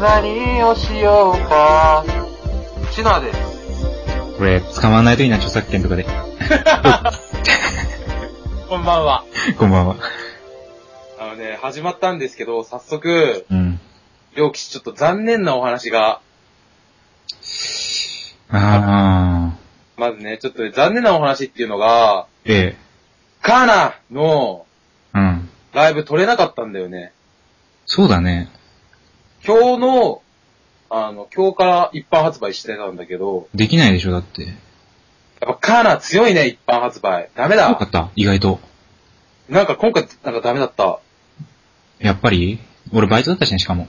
何をしようか。シナです。これ、捕まらないといいな、著作権とかで。こんばんは。 こんばんは。あのね、始まったんですけど、早速、うん。両騎士ちょっと残念なお話が、ああ。まずね、ちょっとね残念なお話っていうのが、ええ。カーナのうん。ライブ撮れなかったんだよね。そうだね。今日の、あの、今日から一般発売してたんだけど、できないでしょ、だって。やっぱカーナ強いね、一般発売。ダメよかだ。った、意外と。なんか今回、なんかダメだった。やっぱり俺バイトだったしね、しかも。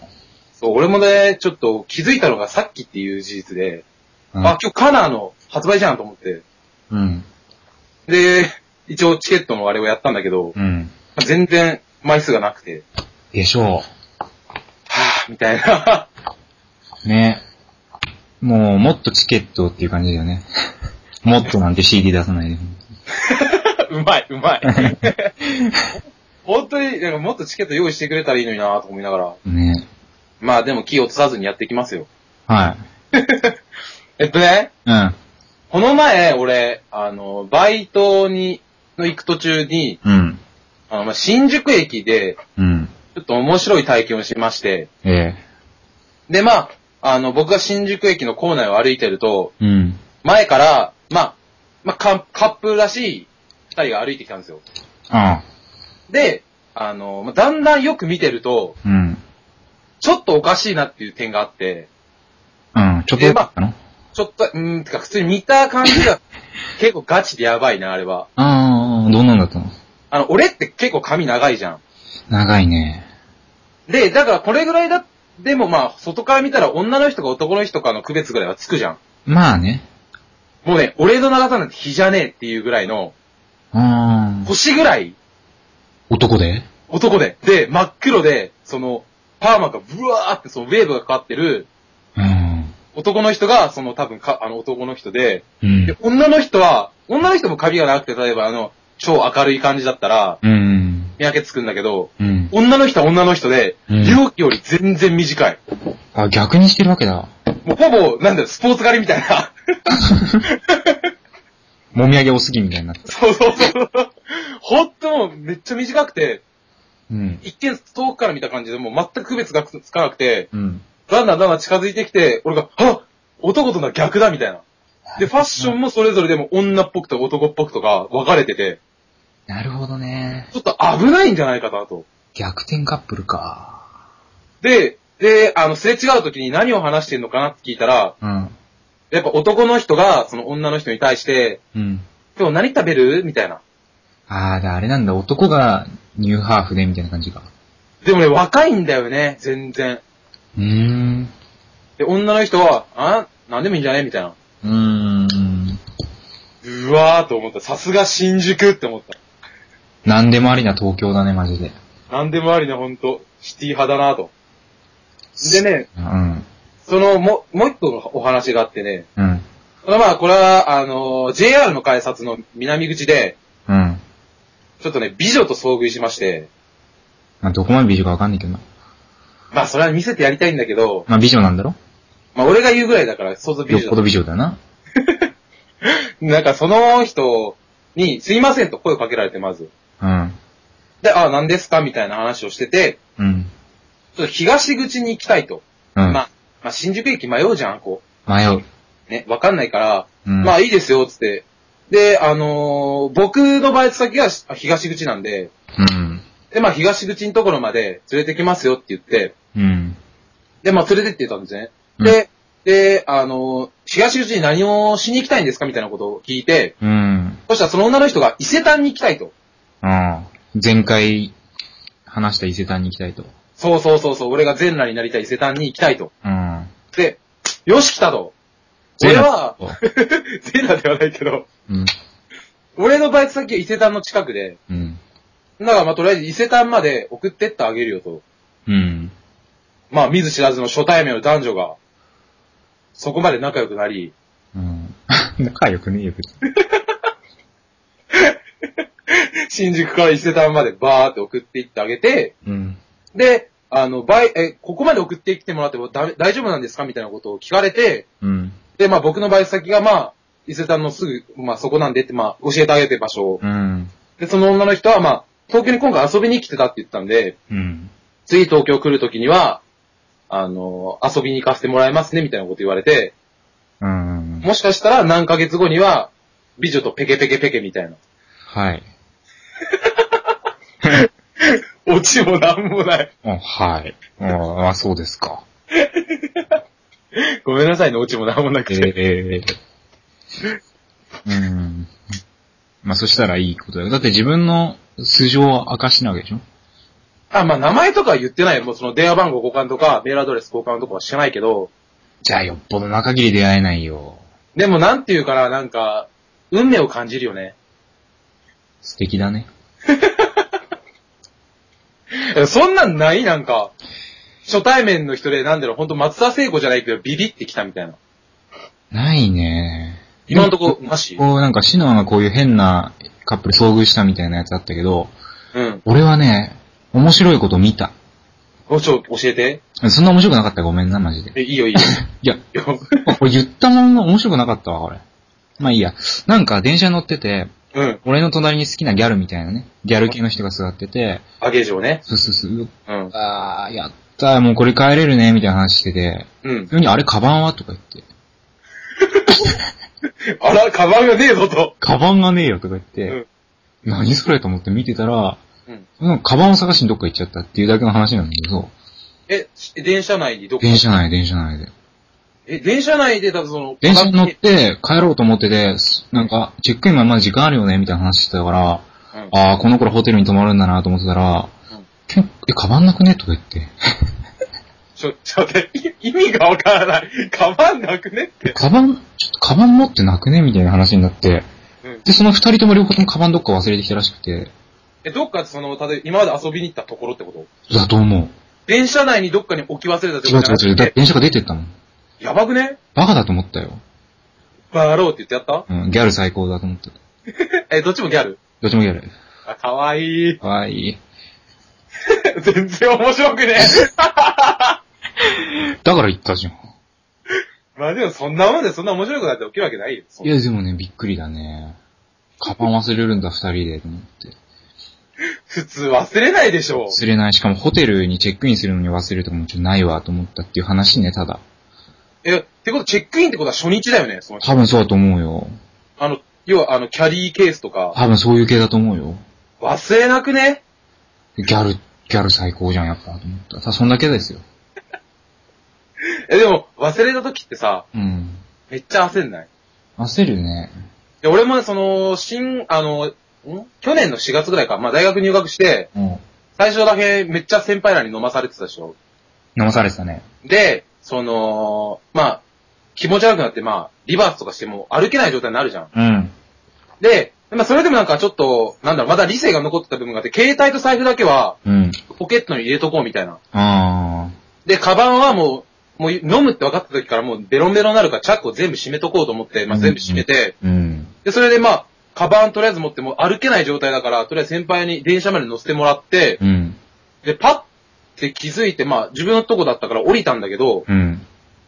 そう、俺もね、ちょっと気づいたのがさっきっていう事実で、うんあ、今日カナーの発売じゃんと思って。うん。で、一応チケットのあれをやったんだけど、うん。全然枚数がなくて、でしょはぁ、みたいな。 う。ね。もう、もっとチケットっていう感じだよ ね。もっとなんて CD 出さないで。うまい、う まい。本当に、なんかもっとチケット用意してくれたらいいのになぁと思いながら。ね。まあでも気を落とさずにやっていきますよ。はい。えっとね、うん。この前、俺、あの、バイトに、の行く途中に、うん。あの、まあ、新宿駅で、うん。ちょっと面白い体験をしまして、ええ。で、まあ、あの、僕が新宿駅の構内を歩いてると、うん。前から、まあ、まあ、カカップルらしい二人が歩いてきたんですよ。ああ。で、あの、まあ、だんだんよく見てると、うん。ちょっとおかしいなっていう点があって、うん。ちょっとだったの、ちょっと、うーん、てか普通に見た感じが結構ガチでやばいな、あれは。ああ、どんなんだったのあの、俺って結構髪長いじゃん。長いね。で、だからこれぐらいだ、でもまあ、外から見たら女の人か男の人かの区別ぐらいはつくじゃん。まあね。もうね、俺の長さなんて比じゃねえっていうぐらいの、あー腰ぐらい男で男で。で、真っ黒で、その、パーマがブワーってそのウェーブがかかってるうん。男の人が、その多分か、あの男の人で、うでん。女の人は、女の人も髪がなくて、例えばあの、超明るい感じだったら、うん。見分けつくんだけど、うん。女の人は女の人で、うん容器より全然短い。あ、逆にしてるわけだ。もうほぼ、なんだよ、スポーツ狩りみたいな。 もみあげ多すぎみたいになって。そうそうそう。ほんともうめっちゃ短くて、うん。一見遠くから見た感じでもう全く区別がつかなくて、うん。だんだんだんだん近づいてきて、俺が、はっ男とのは逆だみたいな。で、ファッションもそれぞれでも女っぽくとか男っぽくとか分かれてて、なるほどね。ちょっと危ないんじゃないかなと。逆転カップルか。で、で、あの、すれ違う時に何を話してんのかなって聞いたら、うん。やっぱ男の人が、その女の人に対して、うん。今日何食べるみたいな。あー、だあれなんだ、男がニューハーフでみたいな感じか。でもね、若いんだよね、全然。うーん。で、女の人は、あ何でもいいんじゃねみたいな。うーん。うわーと思った。さすが新宿って思った。なんでもありな東京だね、マジで。何でもありな、ほんと。シティ派だなと。でね、うん。その、も、もう一個のお話があってね、うん。まあ、これは、あの、JR の改札の南口で、うん。ちょっとね、美女と遭遇しまして、まあ、どこまで美女かわかんないけどな。まあ、それは見せてやりたいんだけど、まあ、美女なんだろまあ、俺が言うぐらいだから、想像美よっ女ぽどだ。美女だな。なんか、その人に、すいませんと声をかけられて、まず。うん。で、あ、何ですかみたいな話をしてて、うん。ちょっと東口に行きたいと。うん。まあ、まあ、新宿駅迷うじゃん、こ迷う。う。ね、わかんないから、うん。まあ、いいですよ、つって。で、あのー僕のバイト先があ東口なんで、うん。で、まあ、東口のところまで連れてきますよって言って、うん。で、まあ、連れてってたんですね。うんで、で、あの、東口に何をしに行きたいんですかみたいなことを聞いて、うん。そしたらその女の人が伊勢丹に行きたいと。うん。前回、話した伊勢丹に行きたいと。そうそうそうそう、俺が全裸になりたい伊勢丹に行きたいと。うん。で、よし来たと。俺は、 前全裸ではないけど、うん。俺のバイト先は伊勢丹の近くで、うん。だからまあとりあえず伊勢丹まで送ってってあげるよと。うん。まあ見ず知らずの初対面の男女が、そこまで仲良くなり、うん。 仲良くねえよ、別に。新宿から伊勢丹までバーって送っていってあげて、うん。で、あの、バイ、え、ここまで送ってきてもらってもだ大丈夫なんですかみたいなことを聞かれて、うん。で、まあ僕のバイト先がまあ、伊勢丹のすぐ、まあそこなんでって、まあ教えてあげて場所を。うん。で、その女の人はまあ、東京に今回遊びに来てたって言ったんで、うん。次東京来るときには、あの、遊びに行かせてもらえますね、みたいなこと言われて、うん。もしかしたら何ヶ月後には、美女とペケペケペケみたいな。はい。オチもなんもない。あはい。ああ、そうですか。ごめんなさいね、オチもなんもなくて。ええうん。まあ、そしたらいいことだよ。だって自分の素性は明かしなわけでしょあ、まあ名前とかは言ってないよ。もうその電話番号交換とか、メールアドレス交換とかはしてないけど、じゃあよっぽど中限り出会えないよ。でもなんていうかな、なんか、運命を感じるよね。素敵だね。えそんなんないなんか、初対面の人で、なんだろう、ほんと松田聖子じゃないけど、ビビってきたみたいな。ないね。今んとこ、なしこう、なんか、シノアがこういう変なカップル遭遇したみたいなやつあったけど、うん。俺はね、面白いこと見た。ごちょ、教えて。そんな面白くなかったらごめんな、マジで。え、いいよいいよ。 いや、いやこれ言ったものの面白くなかったわ、これ。まあいいや。なんか、電車乗ってて、うん。俺の隣に好きなギャルみたいなね、ギャル系の人が座ってて、アゲージョね。そうそうそう、うん。あー、やったー、もうこれ帰れるね、みたいな話してて、うん。急にあれ、カバンはとか言って、あら、カバンがねえぞと。カバンがねえよとか言って、何それと思って見てたら、うん。なんかカバンを探しにどっか行っちゃったっていうだけの話なんだけど、え、し電車内にどこ電車内、電車内で。え、電車内で、多分その、電車に乗っうん。て帰ろうと思ってて、すなんか、チェックインまでまだ時間あるよね、みたいな話してたから、あー、この頃ホテルに泊まるんだなと思ってたらうん、急にえ、カバンなくねとか言って。ちょ、ちょっと待って、い意味がわからない。カバンなくねって。カバン、ちょっとカバン持ってなくねみたいな話になって。うんで、その二人とも両方ともカバンどっか忘れてきたらしくて。え、どっかその、例えば今まで遊びに行ったところってことだと思う。電車内にどっかに置き忘れたって違こうとじゃなく違う違う。だってて、電車が出てったもん。やばくねバカだと思ったよ。バカ野郎って言ってやったうん、ギャル最高だと思った。え、どっちもギャルどっちもギャル。あ、かわいい。かわいい。 全然面白くねだから言ったじゃん。え。まあでもそんなもんでそんな面白いことだって起きるわけないよ。そんいや、でもね、びっくりだね。カバン忘れるんだ、二人で、と思って。普通忘れないでしょ。忘れない。しかもホテルにチェックインするのに忘れるとかもちょっとないわ、と思ったっていう話ね、ただ。え、ってこと、チェックインってことは初日だよね、その人多分そうだと思うよ。あの、要はあの、キャリーケースとか、多分そういう系だと思うよ。忘れなくねギャル、ギャル最高じゃん、やっぱ、と思った。さ、そんだけですよ。え、でも、忘れた時ってさ、うん。めっちゃ焦んない。焦るね。で、俺もその、新、あの、ん去年の4月ぐらいか、まあ大学入学して、も最初だけめっちゃ先輩らに飲まされてたでしょ。う、飲まされてたね。で、その、まあ、気持ち悪くなって、まあ、リバースとかしても歩けない状態になるじゃん。うん。で、まあ、それでもなんかちょっと、なんだろう、まだ理性が残ってた部分があって、携帯と財布だけはうん。ポケットに入れとこうみたいな。あで、カバンはもう、もう飲むって分かった時からもうベロンベロンになるからチャックを全部閉めとこうと思って、まあ、全部閉めて、ー。うん。で、それでまあ、カバンとりあえず持ってもう歩けない状態だから、とりあえず先輩に電車まで乗せてもらって、うん。で、パッて気づいて、まあ、自分のとこだったから降りたんだけど、うん。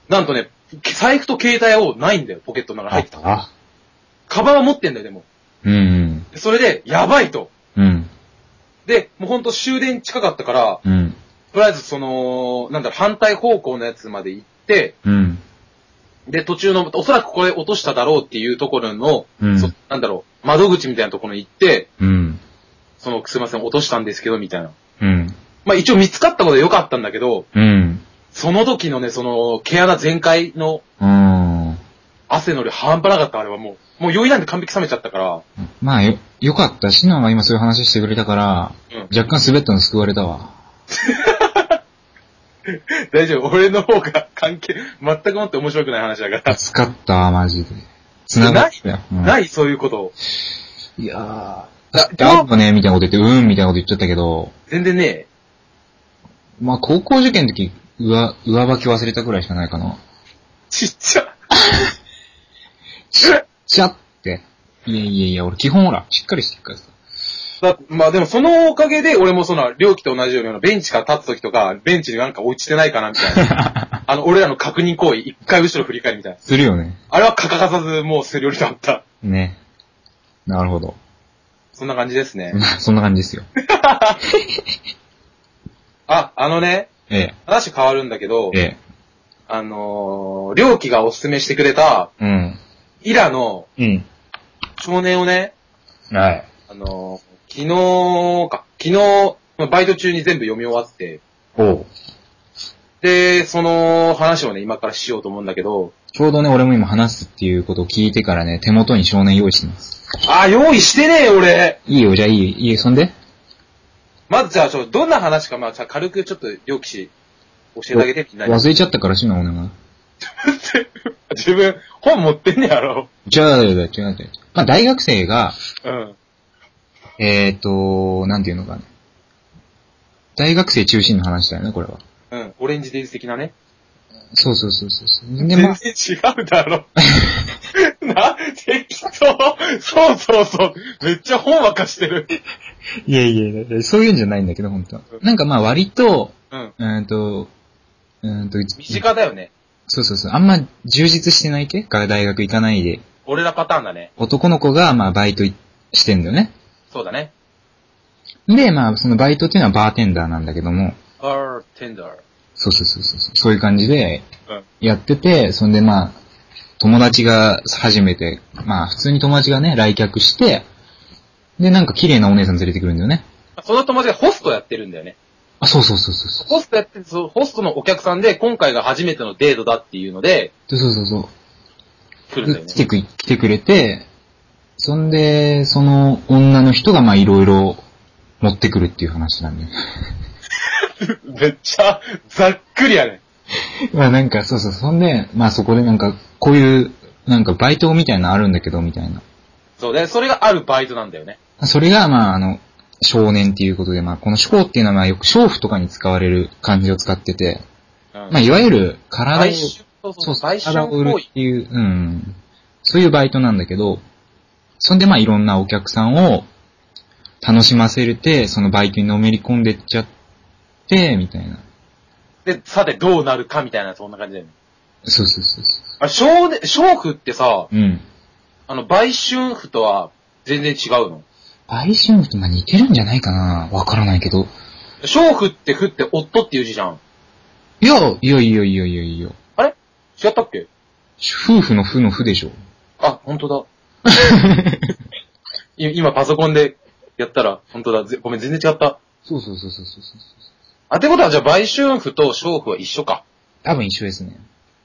なんとね、財布と携帯をないんだよ、ポケットの中に入ってた。あ。カバンは持ってんだよ、でも。うん。でそれで、やばいと。うん。で、もうほんと終電近かったから、うん。とりあえずその、なんだろう、反対方向のやつまで行って、うん。で、途中の、おそらくこれ落としただろうっていうところの、うんそなんだろう、窓口みたいなところに行って、うん。その、すいません、落としたんですけど、みたいな。うん。まあ一応見つかったことで良かったんだけど、うん。その時のね、その、毛穴全開のうん。汗の量半端なかった、あれはもう。もう余裕なんで完璧冷めちゃったから。まあ、よ、よかった。シノンが今そういう話してくれたから、うん。若干滑ったの救われたわ。大丈夫。俺の方が関係、全くもって面白くない話だから。熱かったわ、マジで。繋がったよ。うんない、そういうこと。いやー。だだって、あんね、みたいなこと言って、うん、みたいなこと言っちゃったけど、全然ねえ。まあ、高校受験の時、上、上履き忘れたくらいしかないかな。ちっちゃ。ちゃって。いやいやいや、俺基本ほら、しっかりしてるからさ。だまあでもそのおかげで、俺もその、両機と同じようなベンチから立つ時とか、ベンチになんか落ちてないかなみた いな。あの、俺らの確認行為、一回後ろ振り返るみたいな。するよね。あれは欠かさずもうするよりだった。ね。なるほど。そんな感じですね。そんな感じですよ。あ、あのね、え話変わるんだけどえ。、えあのー、両機がおすすめしてくれた、え。うん。イラのうん。少年をね、はい。あのー、昨日か、昨日、まあバイト中に全部読み終わって、おうで、その話をね、今からしようと思うんだけど、ちょうどね、俺も今話すっていうことを聞いてからね、手元に少年用意してます。あー、用意してねえよ、俺いいよ、じゃあいい、いいよ、そんでまずじゃあ、ちょ、どんな話か、まあ、じゃあ軽くちょっと、両機し、教えてあげて、みんなに。忘れちゃったからしな、俺が。自分、本持ってんねやろ。じゃあ、じゃあ、じゃあ、じゃあ。まあ、大学生が、うん。えーと、なんていうのかね。大学生中心の話だよね、これは。うん、オレンジデイズ的なね。そうそうそうそうそう。で、全まあ然、違うだろ。 な、適当。そうそうそう。めっちゃ本沸かしてる。 いやいやいや、そういうんじゃないんだけど、本当はなんかまあ割と、うん。うーんと、うーんと、身近だよね。そうそうそう、あんま充実してない系から大学行かないで、俺らパターンだね。男の子がまあバイトいしてんだよね。そうだね。で、まあそのバイトっていうのはバーテンダーなんだけども、バーテンダー。そうそうそうそう、そういう感じでうんやってて、そんでまあ、友達が初めて、まあ普通に友達がね、来客して、で、なんか綺麗なお姉さん連れてくるんだよね。その友達がホストやってるんだよね。あ、そうそうそうそうそう。ホストやってそうホストのお客さんで、今回が初めてのデートだっていうので、でそうそうそう。来るんだよ来ね。てく、来てくれて、そんで、その女の人がまあいろいろ持ってくるっていう話なんで。 めっちゃ、ざっくりやね。 まあなんかそうそう、そんで、まあそこでなんかこういう、なんかバイトみたいなのあるんだけど、みたいな。そうね。それがあるバイトなんだよね。それがまああの、少年っていうことで、まあこの少っていうのはまあよく娼婦とかに使われる漢字を使ってて、うん。まあいわゆる体を、売春、そうそうそう、売体春を売る行為っ。ていう、うん。そういうバイトなんだけど、そんでまあいろんなお客さんを楽しませれて、そのバイトにのめり込んでっちゃって、みたいな。で、さてどうなるかみたいな、そんな感じだよね。そうそうそうそあ、小で、小婦ってさ、う。うん。あの、売春婦とは全然違うの。売春婦とまあ似てるんじゃないかなわからないけど。小婦って婦って夫っていう字じゃん。いや、いやいやいやいやいや。違ったっけ夫婦の夫の夫でしょ。あ、本当だ。 い今パソコンでやったら、本当だ。ぜごめん、全然違った。そうそうそうそうそうそう。あ、ってことはじゃあ、売春婦と小婦は一緒か。多分一緒ですね。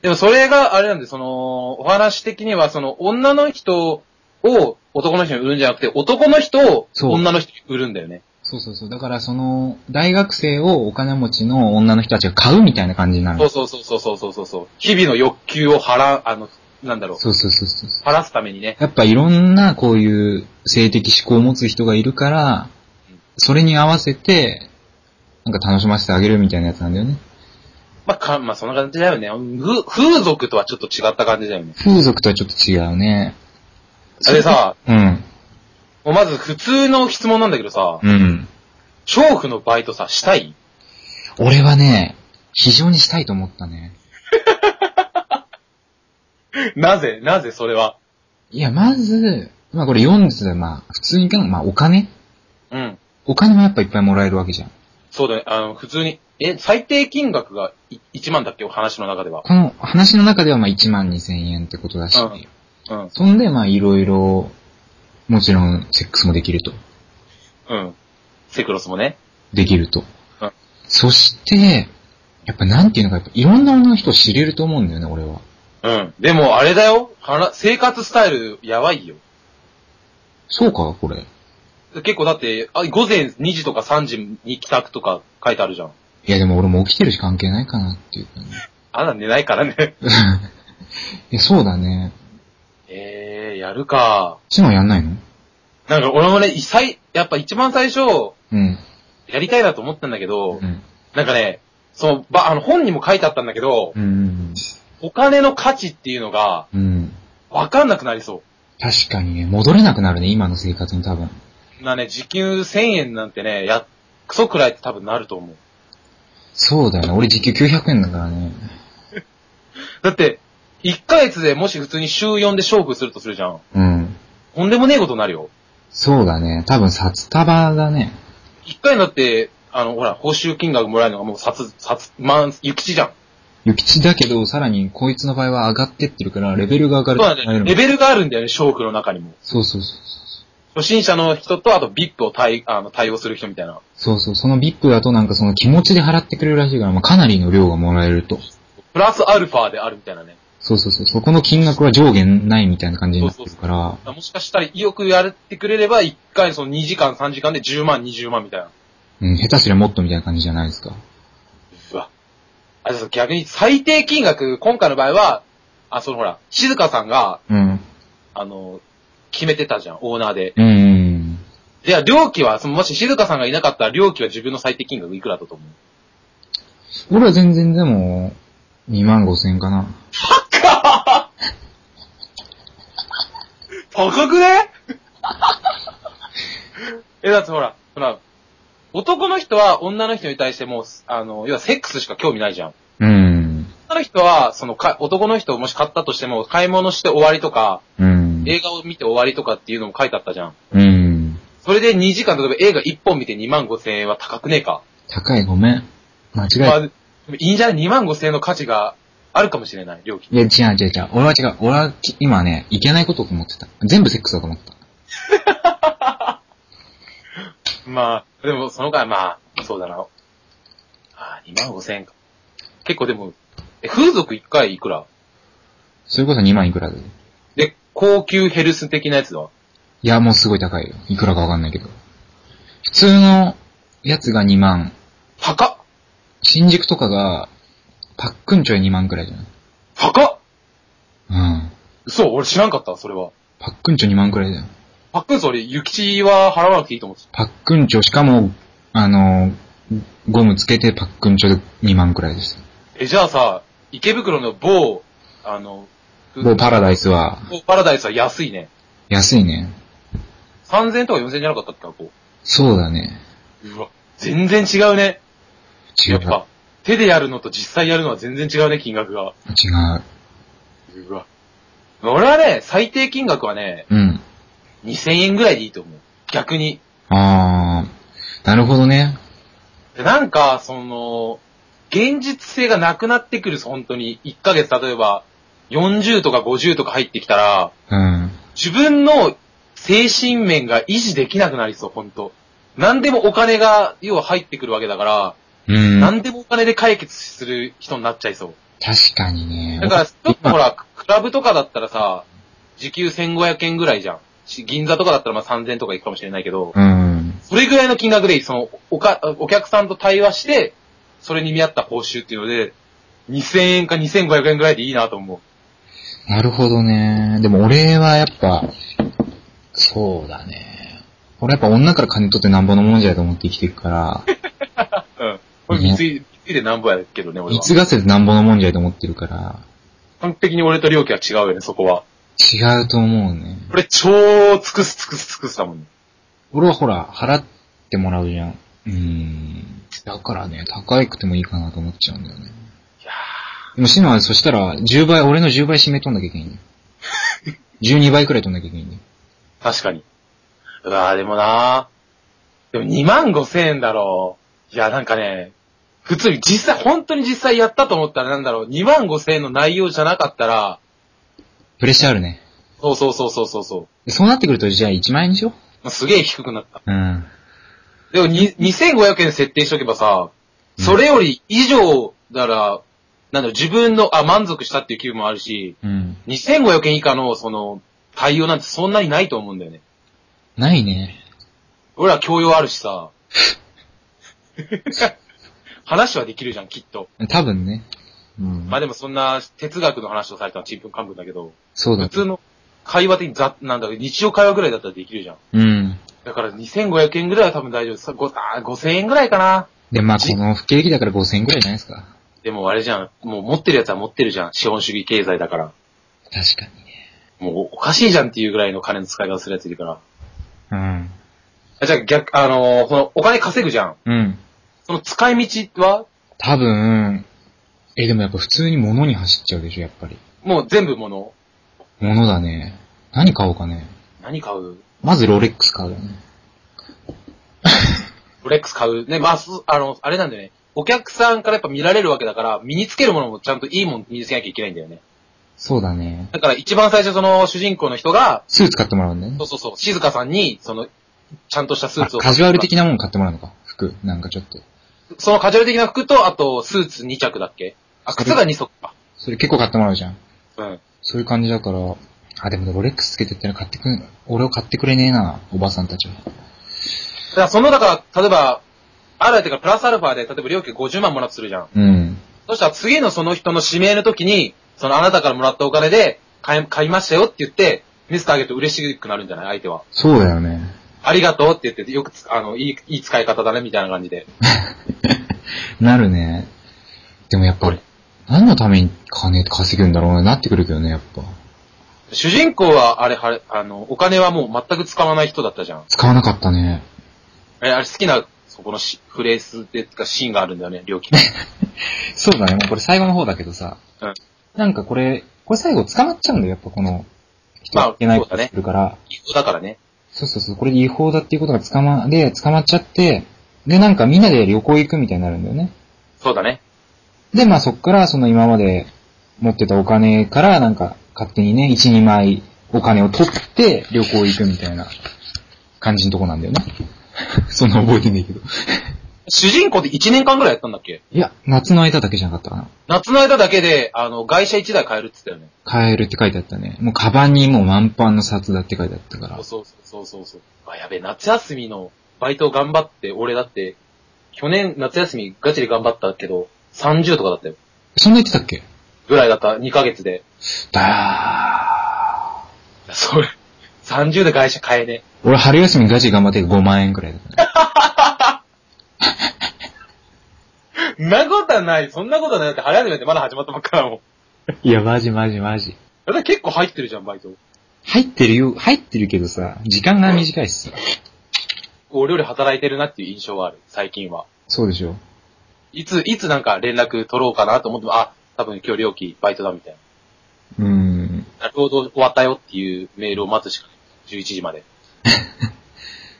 でもそれがあれなんで、その、お話的には、その、女の人を男の人に売るんじゃなくて、男の人をそう女の人に売るんだよね。そうそうそう。だからその、大学生をお金持ちの女の人たちが買うみたいな感じになる。そうそうそうそうそうそうそう。日々の欲求を払う、あの、なんだろう。そうそうそうそう。晴らすためにね。やっぱいろんなこういう性的思考を持つ人がいるから、それに合わせて、なんか楽しませてあげるみたいなやつなんだよね。まあ、か、まあ、そんな感じだよね。ふ風俗とはちょっと違った感じだよね。風俗とはちょっと違うね。あれさ、うん。もうまず普通の質問なんだけどさ、うん。娼婦のバイトさ、したい俺はね、非常にしたいと思ったね。なぜなぜそれは。いや、まず、まあこれ読んでたらまあ、普通に考えまあお金うん。お金もやっぱいっぱいもらえるわけじゃん。そうだね。あの、普通に、え、最低金額がい1万だっけお話の中では。この話の中ではまあ1万2千円ってことだし、うんうん。そんでまあいろいろ、もちろんセックスもできると。うん。セクロスもね。できるとうん。そして、やっぱなんていうのか、やっぱいろんな女の人を知れると思うんだよね、俺は。うん。でも、あれだよ。はら生活スタイル、やばいよ。そうか、これ。結構だって、あ午前2時とか3時に帰宅とか書いてあるじゃん。いやでも俺も起きてるし関係ないかなっていうかね。 あんなん寝ないからね。いや、そうだね。 えー、やるか。シノやんないのなんか俺もね、いさいやっぱ一番最初、うん。やりたいなと思ったんだけど、うん。なんかね、その、ば、あの、本にも書いてあったんだけど、うん。お金の価値っていうのが、うん。わかんなくなりそ確かにね、戻れなくなるね、今の生活に多分。う。んなね、時給1000円なんてね、や、クソくらいって多分なると思う。そうだよね。俺時給900円だからね。だって、1ヶ月でもし普通に週4で勝負するとするじゃん。うん。とんでもねえことになるよ。そうだね。多分札束だね。 1回だって、あの、ほら、報酬金額もらえるのがもう札、札、万、諭吉じゃん。諭吉だけど、さらにこいつの場合は上がってってるから、レベルがそ上がうるなんだよね。レベルがあるんだよね、勝負の中にも。そうそうそうそう。初心者の人と、あと VIP を対、あの、対応する人みたいな。そうそう、その VIP だとなんかその気持ちで払ってくれるらしいから、まあ、かなりの量がもらえると。プラスアルファであるみたいなね。そうそうそう、そこの金額は上限ないみたいな感じになってるから、だからもしかしたら、よくやってくれれば、1回その2時間、3時間で10万、20万みたいな。うん、下手すりゃもっとみたいな感じじゃないですか。うわ。あ、そう逆に最低金額、今回の場合は、あ、そのほら、静香さんが、うん。あの、決めてたじゃん、オーナーで。うん。じゃあ、料金は、その、もし静香さんがいなかったら、料金は自分の最低金額いくらだと思う俺は全然でも、2万5千かな。高くね え、だってほら、ほら、男の人は女の人に対してもう、あの、要はセックスしか興味ないじゃん。うん。女の人は、そのか、男の人をもし買ったとしても、買い物して終わりとか、うん。映画を見て終わりとかっていうのも書いてあったじゃん。うん。それで2時間、例えば映画1本見て2万5千円は高くねえか。高い、ごめん。間違えまた。あ、でもいいんじゃない ?2 万5千円の価値があるかもしれない、料金。いや、違う違う違う。俺は違う。俺はき今ね、いけないことと思ってた。全部セックスだと思ってた。まあ、でもその間、まあ、そうだな。ああ、2万5千円か。結構でも、え風俗1回いくらそれこそ2万いくらで。で、高級ヘルス的なやつだ。いや、もうすごい高いよ。いくらかわかんないけど。普通のやつが2万。高っ新宿とかが、パックンチョや2万くらいじゃない高っうん。嘘、俺知らんかった、それは。パックンチョ2万くらいだよ。パックンス俺、諭吉は払わなくていいと思ってた。パックンチョ、しかも、あの、ゴムつけてパックンチョで2万くらいです。え、じゃあさ、池袋の某、あの、もうパラダイスは、某パラダイスは安いね。安いね。 3000とか4000じゃなかったっけ、あそこ。そうだね。うわ、全然違うね。違やうっ。ぱ、手でやるのと実際やるのは全然違うね、金額が。違う。うわ。俺はね、最低金額はね、うん。 2000円ぐらいでいいと思う。逆に。あー、なるほどね。でなんか、その、現実性がなくなってくる、本当に。1ヶ月、例えば、40とか50とか入ってきたら、うん。自分の精神面が維持できなくなりそう、本当何でもお金が、要は入ってくるわけだから、うん。何でもお金で解決する人になっちゃいそう。確かにね。だから、ちょっとほら、クラブとかだったらさ、時給1500円ぐらいじゃん。し銀座とかだったらまあ3000とかいくかもしれないけど、うん。それぐらいの金額でいい。その、おか、お客さんと対話して、それに見合った報酬っていうので、2000円か2500円ぐらいでいいなと思なるほどね。でも俺はやっぱ、そうだね。俺やっぱ女から金取ってなんぼのもんじゃないと思って生きていくから、う。うん。これ三井、三井でなんぼやけどね、俺は。貢がせてなんぼのもんじゃないと思ってるから、完璧に俺と料金は違うよね、そこは。違うと思うね。これ超尽くす尽くす尽くすだもんね。俺はほら、払ってもらうじゃん。うーん。だからね、高くてもいいかなと思っちゃうんだよね。いやでもシノはそしたら、10倍、俺の10倍締めとんなきゃいけない んだよ。12倍くらい取んなきゃいけないんだよ。ー確かに。うわーでもなーでも2万5千円だろう。いや、なんかね、普通に実際、本当に実際やったと思ったらなんだろう、2万5千円の内容じゃなかったら、プレッシャーあるね。そうそうそうそうそうそう。でそうなってくると、じゃあ1万円にしよまあすげえ低くなった。う。うん。でも、に2500円設定しとけばさ、それより以上なら、なんだろう、自分の、あ、満足したっていう気分もあるし、うん。 2500円以下の、その、対応なんてそんなにないと思うんだよね。ないね。俺ら教養あるしさ、話はできるじゃん、きっと。多分ね。うんまあでもそんな哲学の話をされたのはちんぷんかんぷんだけど、そうだ普。通の会話的ざ、なんだろう、日常会話ぐらいだったらできるじゃん。うん。だから2500円ぐらいは多分大丈夫さ。ごあー5000円ぐらいかな。で、まあ、じこの不景気だから5000円くらいじゃないですか。でもあれじゃん、もう持ってるやつは持ってるじゃん。資本主義経済だから。確かにね。もうおかしいじゃんっていうぐらいの金の使い方するやついるから。うん。あじゃあ逆、あのーこのお金稼ぐじゃん。うん。その使い道は、多分、え、でもやっぱ普通に物に走っちゃうでしょ、やっぱり。もう全部もの。物だね。何買おうかね。何買うまずロレックス買うよね。ロレックス買う。ね、まあ、すあの、あれなんだよね。お客さんからやっぱ見られるわけだから、身につけるものもちゃんといいもの身につけなきゃいけないんだよね。そうだね。だから一番最初その主人公の人が、スーツ買ってもらうんだよねそう。そうそう、静香さんに、その、ちゃんとしたスーツを。あカジュアル的なもん買ってもらうのか。服。なんかちょっと。そのカジュアル的な服と、あと、スーツ2着だっけあ、靴が2足か。それ結構買ってもらうじゃん。うん。そういう感じだから、あ、でもロレックスつけてったら買ってくん、俺を買ってくれねえな、おばさんたちは。だからその、だから、例えば、あるやつがプラスアルファで、例えば料金50万もらうとするじゃん。うん。そしたら次のその人の指名の時に、そのあなたからもらったお金で、買い、買いましたよって言って、見せてあげると嬉しくなるんじゃない相手は。そうだよね。ありがとうって言って、よくつ、あの、いい、いい使い方だね、みたいな感じで。なるね。でもやっぱ、何のために金稼ぐんだろうなってくるけどね、やっぱ。主人公は、あれ、はれ、あの、お金はもう全く使わない人だったじゃん。使わなかったね。え、あれ好きな、そこのしフレーズっていうかシーンがあるんだよね、料金。そうだね、もうこれ最後の方だけどさ。うんなんかこれ、これ最後捕まっちゃうんだよ、やっぱこの、人まあがいけないそうことだねするから。だからね。そうそうそう、これ違法だっていうことが捕ま、で、捕まっちゃって、で、なんかみんなで旅行行くみたいになるんだよね。そうだね。で、まあそっからその今まで持ってたお金からなんか勝手にね、1、2枚お金を取って旅行行くみたいな感じのとこなんだよな。 そんな覚えてないけど。主人公で1年間ぐらいやったんだっけいや、夏の間だけじゃなかったかな。夏の間だけで、あの、外車1台買えるって言ったよね。買えるって書いてあったね。もうカバンにもう満帆の札だって書いてあったからそう。そうそうそうそう。あ、やべえ、夏休みのバイト頑張って、俺だって、去年夏休みガチで頑張ったけど、30とかだったよ。そんな言ってたっけぐらいだった、2ヶ月で。だそれ、30で外車買えねー。俺春休みガチ頑張って5万円くらいだったね。え。んなことはない、そんなことはない。だって、早めてまだ始まったばっかだもん。 いや、マジマジマジ。だって結構入ってるじゃん、バイト。入ってるよ、入ってるけどさ、時間が短いっす。俺より働いてるなっていう印象はある、最近は。そうでしょ。いつ、いつなんか連絡取ろうかなと思っても、あ、多分今日料金バイトだみたいうーん。な。労働終わったよっていうメールを待つしかない。11時まで。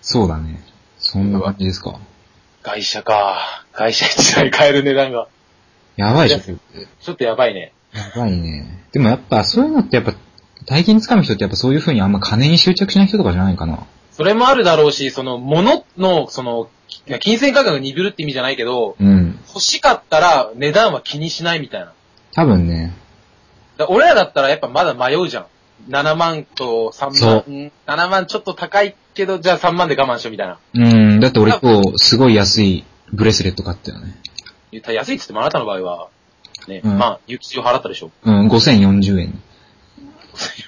そうだね。そんな感じですか。外車か。外車1台買える値段が。やばいでしょ。ちょっとやばいね。やばいね。でもやっぱそういうのってやっぱ、大金つかむ人ってやっぱそういう風にあんま金に執着しない人とかじゃないかな。それもあるだろうし、その、物の、その、き金銭価格が鈍るって意味じゃないけど、うん。欲しかったら値段は気にしないみたいな。多分ね。だ俺らだったらやっぱまだ迷うじゃん。7万と3そ万う。うん7万ちょっと高いけど、じゃあ3万で我慢しようみたいな。うん。だって俺今日すごい安いブレスレット買ったよね。言ったら安いっつってもあなたの場合は、ね、うんまあ、有吉を払ったでしょ。 うん、5040円。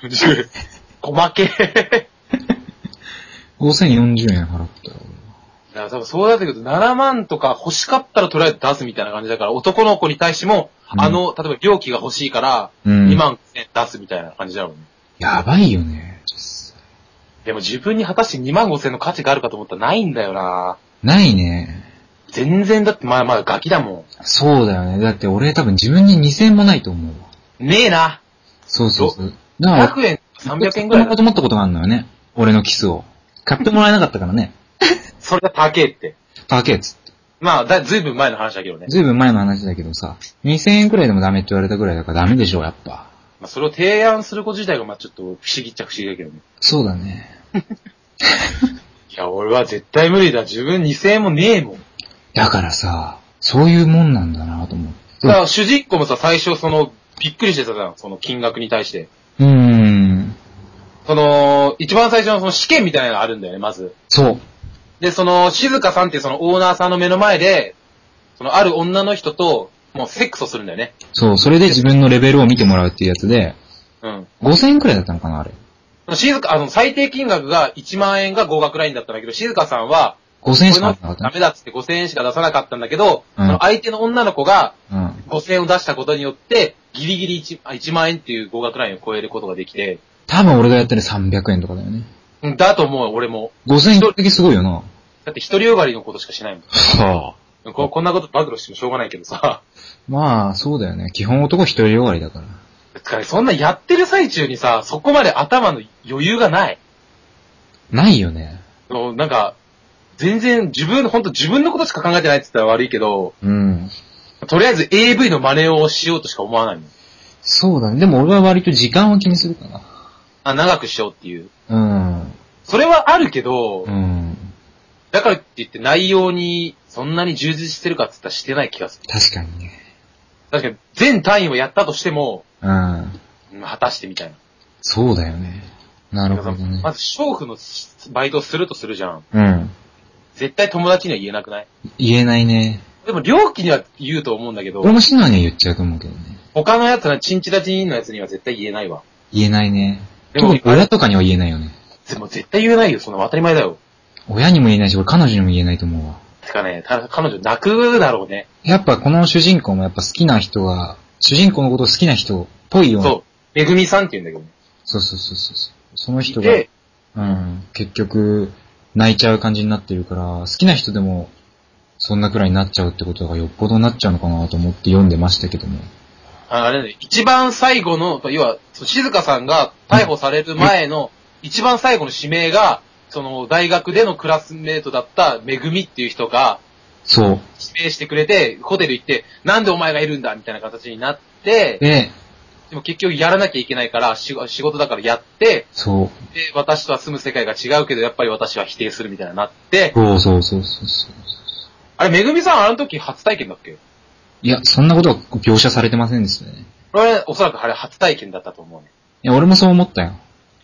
40。細けえ。 5040円払ったよ。だから多分そうだったけど、7万とか欲しかったらとりあえず出すみたいな感じだから、男の子に対しても、うんあの、例えば料金が欲しいから、うん2万円出すみたいな感じだもんね。やばいよね。実際でも自分に果たして2万5千の価値があるかと思ったらないんだよなないね。全然だってまだまだガキだもそうだよね。だって俺多分自分に2000円もないと思うわ。ん。ねえな。そうそうそう。だから100円、300円ぐらいだ 買おうと思ったことがあるのよね。俺のキスを。買ってもらえなかったからね。それが高えって。高えっつって。まあ、だ、ずいぶん前の話だけどね。ずいぶん前の話だけどさ、2000円くらいでもダメって言われたくらいだからダメでしょ、やっぱ。まあ、それを提案すること自体が、まあ、ちょっと不思議っちゃ不思議だけどね。そうだね。いや、俺は絶対無理だ。自分2000円もねえもん。だからさ、そういうもんなんだなと思う。だから主人公もさ、最初その、びっくりしてたじゃん。その金額に対して。うーん。その、一番最初のその試験みたいなのがあるんだよね、まず。そう。で、その、静香さんっていうそのオーナーさんの目の前で、その、ある女の人と、もうセックスをするんだよね。そう、それで自分のレベルを見てもらうっていうやつで、うん。 5000円くらいだったのかな、あれ。静香、あの、最低金額が1万円が合格ラインだったんだけど、静香さんは、 5000円しこかのなかったダね。メだっつって5000円しか出さなかったんだけど、うんその相手の女の子がうん。 5000円を出したことによって、ギリギリ 1, あ1万円っていう合格ラインを超えることができて、多分俺がやったら300円とかだよね。うんだと思う、俺も。 5000円だけすごいよな。だって一人よがりのことしかしないもはあ。ん。ここんなこと暴露してもしょうがないけどさ。まあ、そうだよね。基本男一人よがりだから。だからそんなやってる最中にさ、そこまで頭の余裕がない。ないよね。そうなんか、全然自分、ほんと自分のことしか考えてないって言ったら悪いけど、うん。とりあえず AV の真似をしようとしか思わないもんそうだね。でも俺は割と時間を気にするかあ、長くしようっていう。な。それはあるけど、うん。うん。だからって言って内容にそんなに充実してるかって言ったらしてない気がする。確かにね。確かに全単位をやったとしても、うん。うん果たしてみたいな。そうだよね。なるほどねま。ず、娼婦のバイトをするとするじゃん。うん。絶対友達には言えなくない言えないね。でも、両機には言うと思うんだけど俺、もシナには言っちゃうと思うけどね。他のやつら、チンチラチンのやつには絶対言えないわ。言えないね。でも特に親とかには言えないよね。でも絶対言えないよ、そんなの当たり前だよ。親にも言えないし、俺彼女にも言えないと思うわ。てかね、た彼女泣くだろうね。やっぱこの主人公もやっぱ好きな人は、主人公のことを好きな人っぽいような。そう。めぐみさんって言うんだけどね。そうそうそうそうそう。その人が、で、うん、結局、泣いちゃう感じになってるから、好きな人でも、そんなくらいになっちゃうってことがよっぽどなっちゃうのかなと思って読んでましたけども。ああれね、一番最後の、要は、そう静香さんが逮捕される前の、一番最後の指名が、その、大学でのクラスメートだっためぐみっていう人が、そう。指名してくれて、ホテル行って、なんでお前がいるんだみたいな形になって、で、でも結局やらなきゃいけないから、仕仕事だからやって、そう。で、私とは住む世界が違うけど、やっぱり私は否定するみたいになって、そうそうそうそうそう。あれ、めぐみさんあの時初体験だっけいや、そんなことは描写されてませんでしたね。俺、おそらくあれ初体験だったと思うね。いや、俺もそう思ったよ。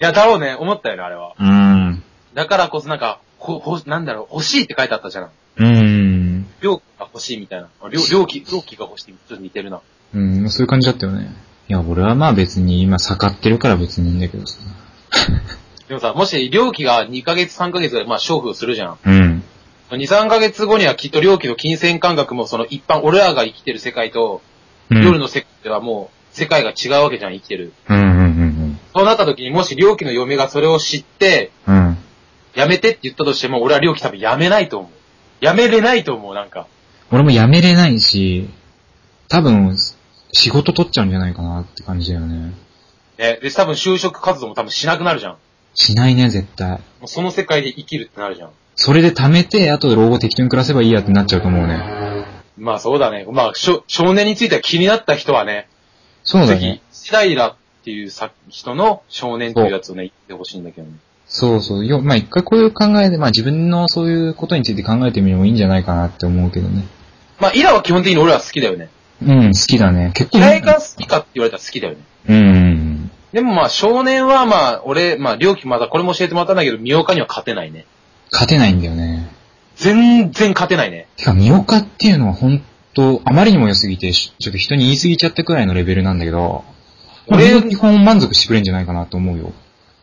いや、だろうね、思ったよね、あれは。うーん。だからこそなんか、ほ、ほ、なんだろう、欲しいって書いてあったじゃん。うーん。料金が欲しいみたいな。あ料、料金、料金が欲しい。ちょっと似てるな。うん、そういう感じだったよね。いや、俺はまあ別に今盛ってるから別にいいんだけどさ。でもさ、もし、料金が2ヶ月、3ヶ月ぐらい、まあ、勝負をするじゃん。うん。 2、3ヶ月後にはきっと料金の金銭感覚も、その一般、俺らが生きてる世界と、うん、夜の世界ではもう、世界が違うわけじゃん、生きてる。うんうんうんそうなった時に、もし、料金の嫁がそれを知って、うん。うん。やめてって言ったとしても、俺は料金多分やめないと思う。やめれないと思う、なんか。俺もやめれないし、多分、仕事取っちゃうんじゃないかなって感じだよね。ね。で、多分就職活動も多分しなくなるじゃん。もしないね、絶対。うその世界で生きるってなるじゃん。それで貯めて、あと老後適当に暮らせばいいやってなっちゃうと思うね。まあそうだね。まあ、しょ少年については気になった人はね、そうだぜねひ。、シライラっていうさ人の少年っていうやつをね、言ってほしいんだけどね。そうそう。よまあ一回こういう考えで、まあ自分のそういうことについて考えてみるのもいいんじゃないかなって思うけどね。まあ、イラは基本的に俺は好きだよね。うん、好きだね。結構嫌いが好きかって言われたら好きだよね。うんうんうん。でもまあ、少年はまあ、俺、まあ、両機まだこれも教えてもらったんだけど、ミオカには勝てないね。勝てないんだよね。全然勝てないね。てか、ミオカっていうのは本当あまりにも良すぎて、しちょっと人に言い過ぎちゃったくらいのレベルなんだけど、俺俺の、基本満足してくれんじゃないかなと思うよ。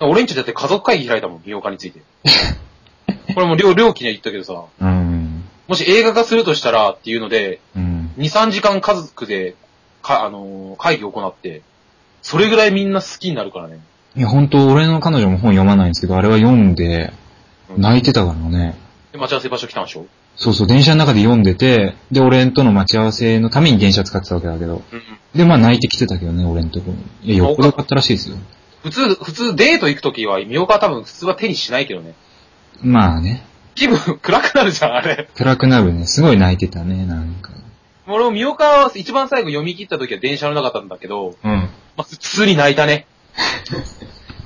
俺んちだって家族会議開いたもん、ミオカに ついて。これも両、両機には言ったけどさ、うん。もし映画化するとしたらっていうので、うん。 2、3時間家族で、か、あのー会議を行って、それぐらいみんな好きになるからね。いや、本当俺の彼女も本読まないんですけど、あれは読んで、うん泣いてたからね。で、待ち合わせ場所来たんでしょそうそう、電車の中で読んでて、で、俺との待ち合わせのために電車使ってたわけだけど。うん。で、まあ泣いてきてたけどね、俺のとこに。いや、よっぽど良かったらしいですよ。普通、普通デート行くときは、ミオカは多分普通は手にしないけどね。まあね。気分 暗くなるじゃん、あれ。暗くなるね。すごい泣いてたね、なんか。俺もミオカは一番最後読み切ったときは電車の中だったんだけど、うん。まあ、普通に泣いた ね。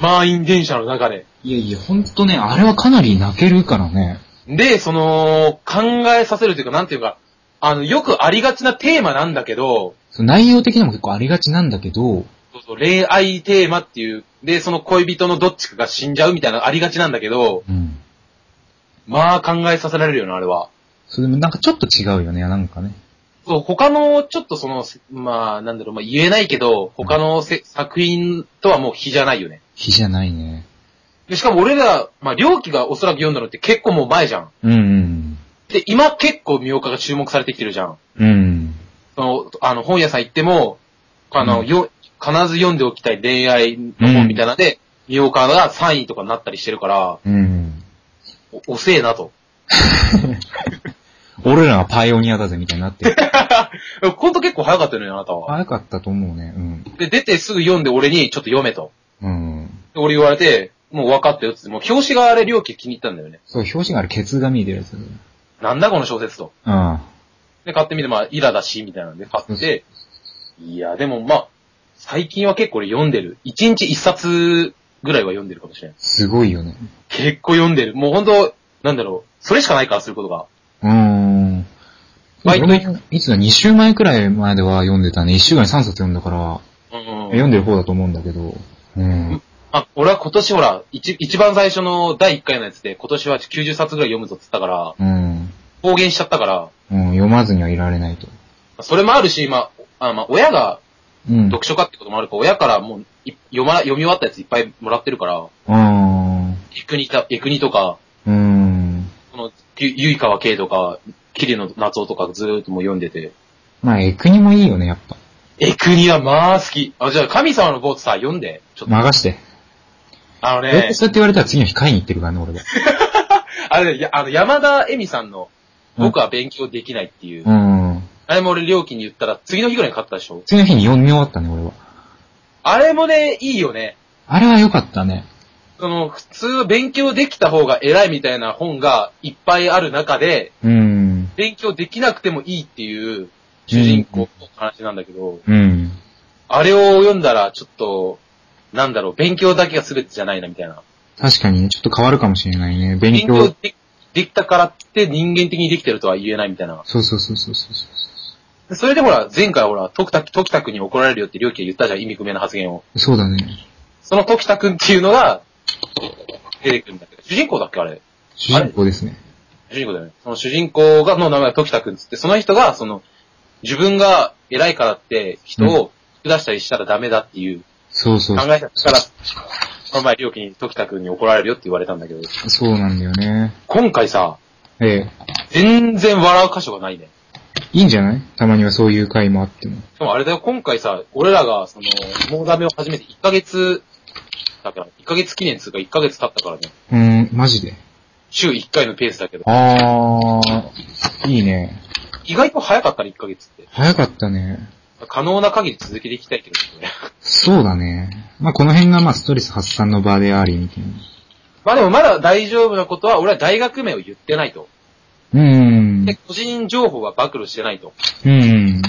満員電車の中で。いやいや、ほんとね、あれはかなり泣けるからね。で、その、考えさせるというか、なんていうか、あの、よくありがちなテーマなんだけど、そう内容的にも結構ありがちなんだけど、そうそう、恋愛テーマっていう、で、その恋人のどっちかが死んじゃうみたいなのありがちなんだけど、うん。まあ考えさせられるよな、あれは。それでもなんかちょっと違うよね、なんかね。そう、他の、ちょっとその、まあ、なんだろう、まあ言えないけど、他のせ、作品とはもう比じゃないよね。日じゃないね。でしかも俺ら、まあ、両機がおそらく読んだのって結構もう前じゃん。うんうん。で、今結構ミオカが注目されてきてるじゃん。うん。その、あの、本屋さん行っても、あの、うんよ、必ず読んでおきたい恋愛の本みたいなので、三岡が3位とかになったりしてるから、うん。お、遅えなと。俺らはパイオニアだぜみたいにな ってる。ほんと結構早かったのよ、あなたは。早かったと思うね。うん。で、出てすぐ読んで俺にちょっと読めと。うん。で俺言われて、もう分かったよっつって、もう表紙があれ料金気に入ったんだよね。そう、表紙があるケツが見えてるやつ。うん。なんだこの小説と。あで、買ってみて、まあ、イラだし、みたいなんで買って、いや、でもまあ、最近は結構俺読んでる。1日1冊ぐらいは読んでるかもしれん。すごいよね。結構読んでる。もうほんと、なんだろう。それしかないから、することが。うーん。バイト俺もいつだ、2週前くらい前では読んでたね。1週間に3冊読んだから、うん、読んでる方だと思うんだけど。うん。あ、俺は今年ほら、一、一番最初の第1回のやつで、今年は90冊ぐらい読むぞって言ったから、うん。公言しちゃったから、うん、読まずにはいられないと。それもあるし、まあ、あまあ、親がうん。読書家ってこともあるから、親からもうい読ま、読み終わったやついっぱいもらってるから、うーん。エクニタ、エクニとか、うーん。この、ゆゆいかわけいとか、キリの夏男とかずーっともう読んでて、まあ、エクニもいいよね、やっぱ。エクニはまあ好き。あ、じゃあ神様のボートさ、読んで。ちょっと、任して。あのえね、そうやって言われたら次の日買いに行ってるからね、俺が。あれ、やあの、山田恵美さんの、僕は勉強できないっていう。うん。あれも俺、料金に言ったら、次の日ぐらいに買ったでしょ次の日に読み終わったね、俺は。あれもね、いいよね。あれは良かったね。その、普通は勉強できた方が偉いみたいな本がいっぱいある中で、うん。勉強できなくてもいいっていう主人公の話なんだけど、うん。あれを読んだらちょっと、なんだろう、勉強だけが全てじゃないなみたいな。確かにね、ちょっと変わるかもしれないね。勉勉強。強でできたからって人間的にできてるとは言えないみたいな。そうそうそうそうそうそでそれでほら、前回ほら、時田、時田くんに怒られるよって両家言ったじゃん、意味不明な発言を。う。そうだね。その時田くんっていうのが、出てくるんだけど、主人公だっけあれ。主人公ですね。主人公だよね。その主人公が、の名前は時田くんつって、その人が、その、自分が偉いからって人を下したりしたらダメだっていうそうそ考う。えたから、この前、りょうきに時田くんに怒られるよって言われたんだけど、そうなんだよね。今回さ、え全然笑う箇所がないね。え。いいんじゃないたまにはそういう回もあっても。でもあれだよ、今回さ、俺らが、その、モーダメを始めて1ヶ月、だから、1ヶ月記念つうか1ヶ月経ったからね、うーん、マジで。週1回のペースだけど、あー、いいね。意外と早かったね、1ヶ月って。早かったね。可能な限り続けていきたいけどね。そうだね。まあ、この辺がまあストレス発散の場であり、みたいな。まあでもまだ大丈夫なことは、俺は大学名を言ってないと。うーんで、。個人情報は暴露してないと。うーん。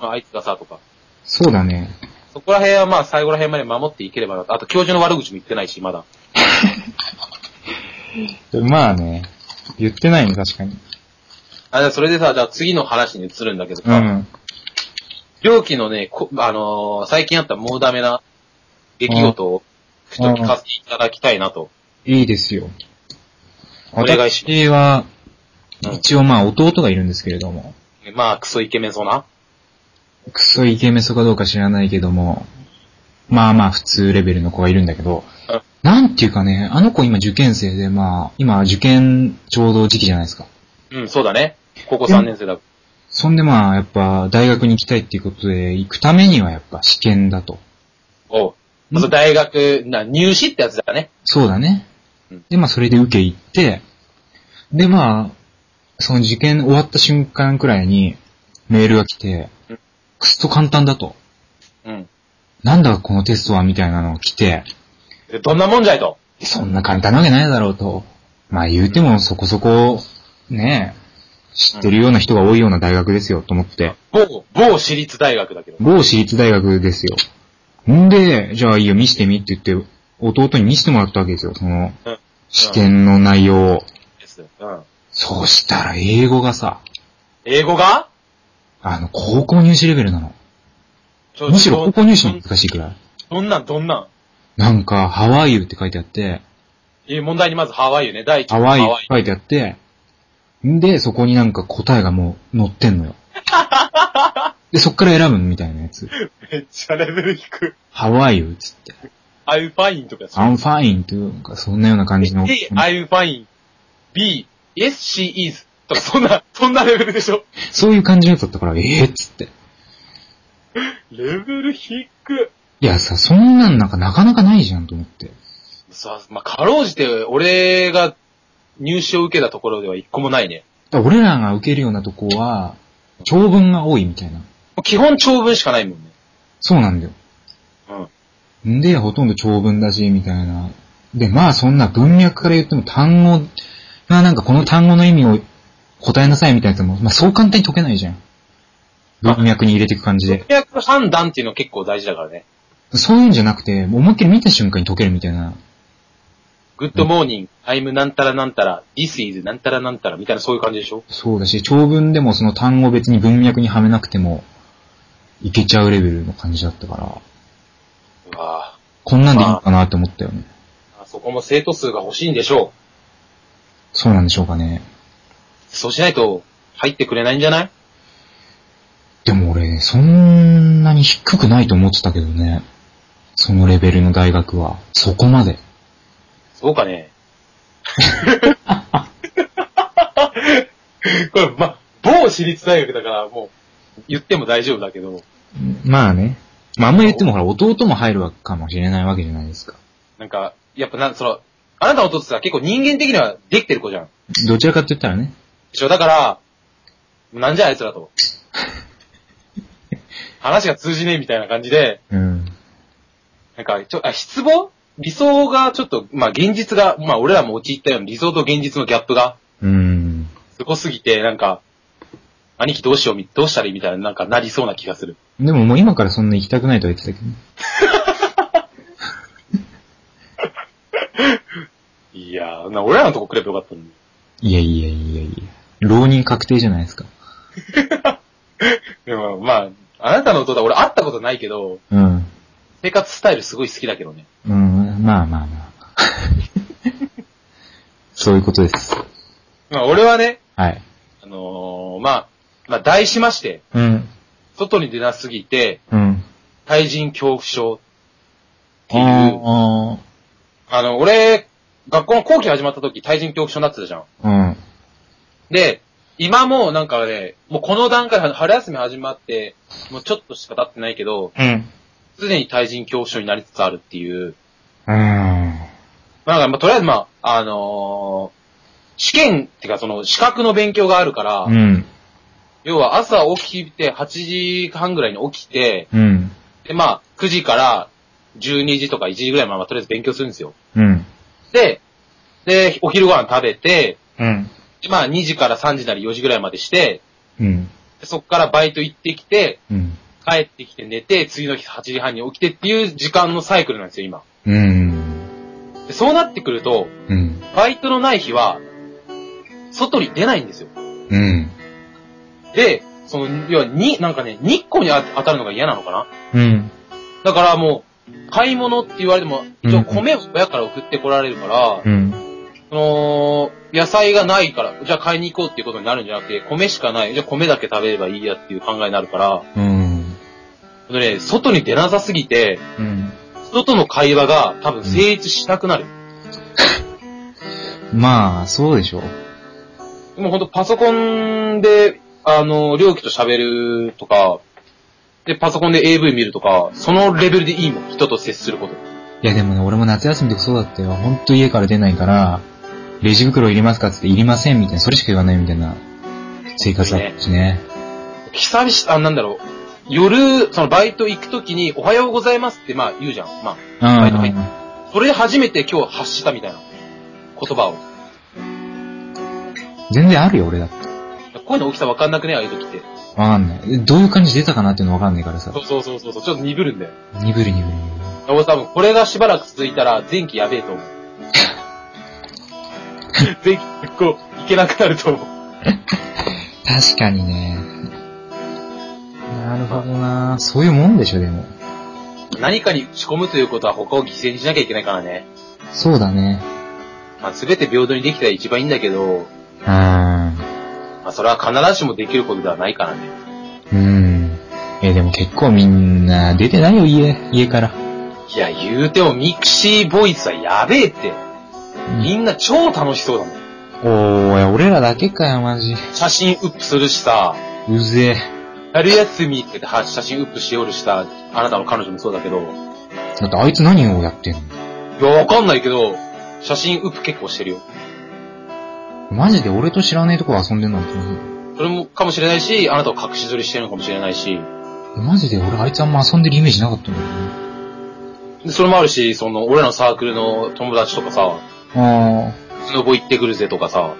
ああいつがさ、とか。そうだね。そこら辺はまあ最後ら辺まで守っていければなと。あと教授の悪口も言ってないし、まだ。まあね。言ってないね、確かに。あ、じゃあそれでさ、じゃあ次の話に移るんだけどうさ、ん。両機のね、こあのー最近あったもうダメな出来事を、ちょっと聞かせていただきたいなと。いいですよ。お願いします私は、うん一応まあ弟がいるんですけれども、まあ、クソイケメンそうな。クソイケメソかどうか知らないけども、まあまあ普通レベルの子がいるんだけどうん、なんていうかね、あの子今受験生でまあ、今受験ちょうど時期じゃないですか。うん、そうだね。高校3年生だ。そんでまあやっぱ大学に行きたいっていうことで、行くためにはやっぱ試験だと。おう。まあそう大学、な、入試ってやつだね。そうだねうん。で、まあ、それで受け行って、で、まあ、その受験終わった瞬間くらいに、メールが来てうん、くすと簡単だと。うん。なんだこのテストはみたいなのが来て、でどんなもんじゃいと。そんな簡単なわけないだろうと。まあ言うてもそこそこ、ねえ、知ってるような人が多いような大学ですよと思って。某、某私立大学だけど。某私立大学ですよ。んで、じゃあいいよ見してみって言って、弟に見せてもらったわけですよ、そのうん、試験の内容を。です。うん。そうしたら英語がさ、英語があの、高校入試レベルなの。ちょむしろ高校入試もど難しいくらい。どんなん、どんなん。なんか、ハワイユって書いてあって、えー問題にまずハワイよね。第一ハワイユって書いてあって、んで、そこになんか答えがもう載ってんのよ。で、そっから選ぶみたいなやつ。めっちゃレベル低い。ハワイユっつって、 I'm fine とかさ。 I'm fine というか、そんなような感じの。 A, I'm fine. B, yes, she is. とか、そんな、 そんなレベルでしょ。そういう感じのやつだったから、ええっつって。レベル低い。いやさ、そんなんなんかなかなかないじゃんと思って。さ、まあ、かろうじて、俺が入試を受けたところでは一個もないね。だから俺らが受けるようなとこは、長文が多いみたいな。もう基本長文しかないもんね。そうなんだよ。うん。んで、ほとんど長文だし、みたいな。で、まあそんな文脈から言っても単語、まあなんかこの単語の意味を答えなさいみたいなやつも、まあそう簡単に解けないじゃん。文脈に入れていく感じで。文脈判断っていうのは結構大事だからね。そういうんじゃなくて、もう思いっきり見た瞬間に解けるみたいな。グッドモーニング、アイムなんたらなんたら、this is なんたらなんたらみたいなそういう感じでしょそうだし、長文でもその単語別に文脈にはめなくても、いけちゃうレベルの感じだったから、うわこんなんでいいのかなって思ったよね。ぁあそこも生徒数が欲しいんでしょう。そうなんでしょうかね。そうしないと入ってくれないんじゃないでも俺、そんなに低くないと思ってたけどね。そのレベルの大学は。そこまで。そうかね。 これ、ま、某私立大学だから、もう、言っても大丈夫だけど、まあね。まああんまり言ってもほら、弟も入るかもしれないわけじゃないですか。なんか、やっぱな、その、あなたの弟さ、結構人間的にはできてる子じゃん。どちらかって言ったらね。でしょだから、なんじゃあいつらと。話が通じねえみたいな感じで、うん。なんか、ちょ、あ、失望理想がちょっと、まあ、現実が、まあ、俺らも陥ったような理想と現実のギャップが、うん。すごすぎて、なんか、兄貴どうしようみ、どうしたらいいみたいな、なんかなりそうな気がする。でももう今からそんな行きたくないとは言ってたけどね。いやー、な俺らのとこ来ればよかったのに。いやいやいやいや。浪人確定じゃないですか。でも、まあ、あなたの弟は俺会ったことないけど、うん。生活スタイルすごい好きだけどね。うん、まあまあ まあ。そういうことです。まあ、俺はね、はい。あのー、まあ、まあ、題しまして、うん。外に出なすぎて、うん。対人恐怖症っていう、ああの、俺、学校の後期始まった時、対人恐怖症になってたじゃん。あ。うん。で、今もなんかね、もうこの段階、春休み始まって、もうちょっとしか経ってないけど、うん。すでに対人恐怖症になりつつあるっていう。うまん。あ、なんかまあ、とりあえずまあ、あのー試験っていうかその資格の勉強があるから、うん。要は朝起きて8時半ぐらいに起きて、うん。でまあ9時から12時とか1時ぐらいまでまあとりあえず勉強するんですよ。うん。で、で、お昼ご飯食べて、うん。でまあ2時から3時なり4時ぐらいまでして、うん。でそっからバイト行ってきて、うん。帰ってきて寝て、次の日8時半に起きてっていう時間のサイクルなんですよ、今。うん。でそうなってくると、うん。バイトのない日は、外に出ないんですよ。うん。で、その、要は、に、なんかね、日光にあ当たるのが嫌なのかなうん。だからもう、買い物って言われても、うん一応米を親から送ってこられるから、うん。その、野菜がないから、じゃあ買いに行こうっていうことになるんじゃなくて、米しかない、じゃあ米だけ食べればいいやっていう考えになるから、うん。そのね、外に出なさすぎて、うん。人との会話が多分成立しなくなる。まあ、そうでしょう。でもほんとパソコンで、あの、料機と喋るとか、で、パソコンで AV 見るとか、そのレベルでいいもん、人と接すること。いやでもね、俺も夏休みとかそうだったよ。ほんと家から出ないから、レジ袋いりますかって言って、いりませんみたいな、それしか言わないみたいな生活だったしね。久々、あ、なんだろう、夜、そのバイト行くときに、おはようございますって、まあ言うじゃん。まうんバイト入っあ、それで初めて今日発したみたいな言葉を。全然あるよ、俺だって。こういうの大きさわかんなくね、ああいう時って。わかんない。えどういう感じ出たかなっていうのわかんないからさそ。うそうそうそう、ちょっと鈍るんだよ。ニブリニブリ。俺多分これがしばらく続いたら前期やべえと思う。前期結構いけなくなると思う。確かにね。なるほどなそういうもんでしょ、でも。何かに打ち込むということは他を犠牲にしなきゃいけないからね。そうだね。まあ、全て平等にできたら一番いいんだけど、うーん。まあ、それは必ずしもできることではないからね。うん。え、でも結構みんな出てないよ、家、家から。いや、言うてもミクシーボイスはやべえって。みんな超楽しそうだもん。おー、いや俺らだけかよ、マジ。写真ウップするしさ、うぜ春休みって言っては写真ウップしよるした、あなたの彼女もそうだけど、え。だってあいつ何をやってんのいや、わかんないけど、写真ウップ結構してるよ。マジで俺と知らないとこ遊んでんのって。それも、かもしれないし、あなたを隠し撮りしてるのかもしれないし、マジで俺あいつあんま遊んでるイメージなかったんだよね。でそれもあるし、その、俺らのサークルの友達とかさ、あスノボ行ってくるぜとかさ、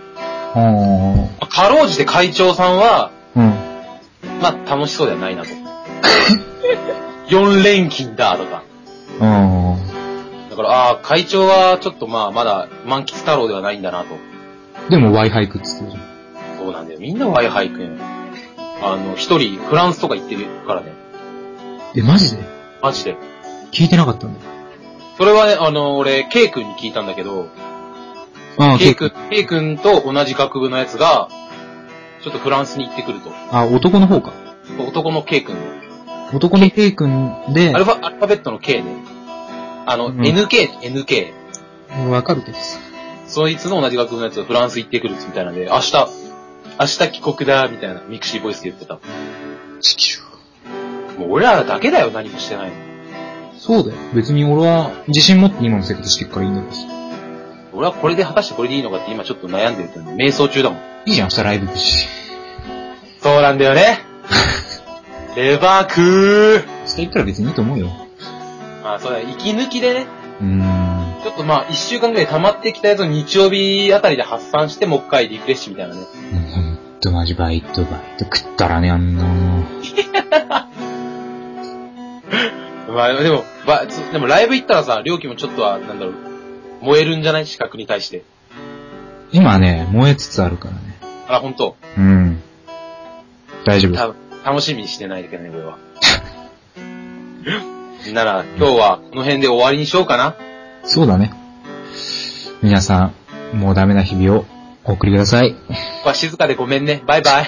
あ、あまあかろうじて会長さんは、あ、うん。まあ、楽しそうではないなと。4連勤だとか。あだから、ああー、会長はちょっとまあ、まだ満喫太郎ではないんだなと。あ。でもワイハイクっつってたじゃん。そうなんだよ。みんなワイハイくんよ。あの、一人フランスとか行ってるからね。え、マジでマジで。聞いてなかったんだよ。それはね、あの、俺、ケイ君に聞いたんだけど、あケイ君、ケイ君と同じ学部のやつが、ちょっとフランスに行ってくると。あ、男の方か。男のケイ君。男の K 君でア、ルファ、アルファベットの K ね。あの、うん NK、NK。わかるけどそいつの同じ学部のやつがフランス行ってくるみたいなんで、明日、明日帰国だ、みたいな、ミクシーボイスで言ってた。地球。もう俺らだけだよ、何もしてないの。そうだよ。別に俺は自信持って今の生活してるからいいんだけどさ。俺はこれで果たしてこれでいいのかって今ちょっと悩んでるけど、瞑想中だもん。いいじゃん、明日ライブ行くし。そうなんだよね。レバークー。明日行ったら別にいいと思うよ。まあそうだ、息抜きでね、うーん。ちょっとまあ一週間ぐらい溜まってきたやつを日曜日あたりで発散して、もう一回リフレッシュみたいなね。もうほんとマジバイトバイト食ったらね、あんなの。まあでも、ばつでもライブ行ったらさ、料金もちょっとは、なんだろう、燃えるんじゃない資格に対して。今ね、燃えつつあるからね。あら、ほんと。うん。大丈夫。た楽しみにしてないといけない、これは。 なら、今日はこの辺で終わりにしようかな。そうだね。皆さん、もうダメな日々をお送りください。ここは静かでごめんね。バイバイ。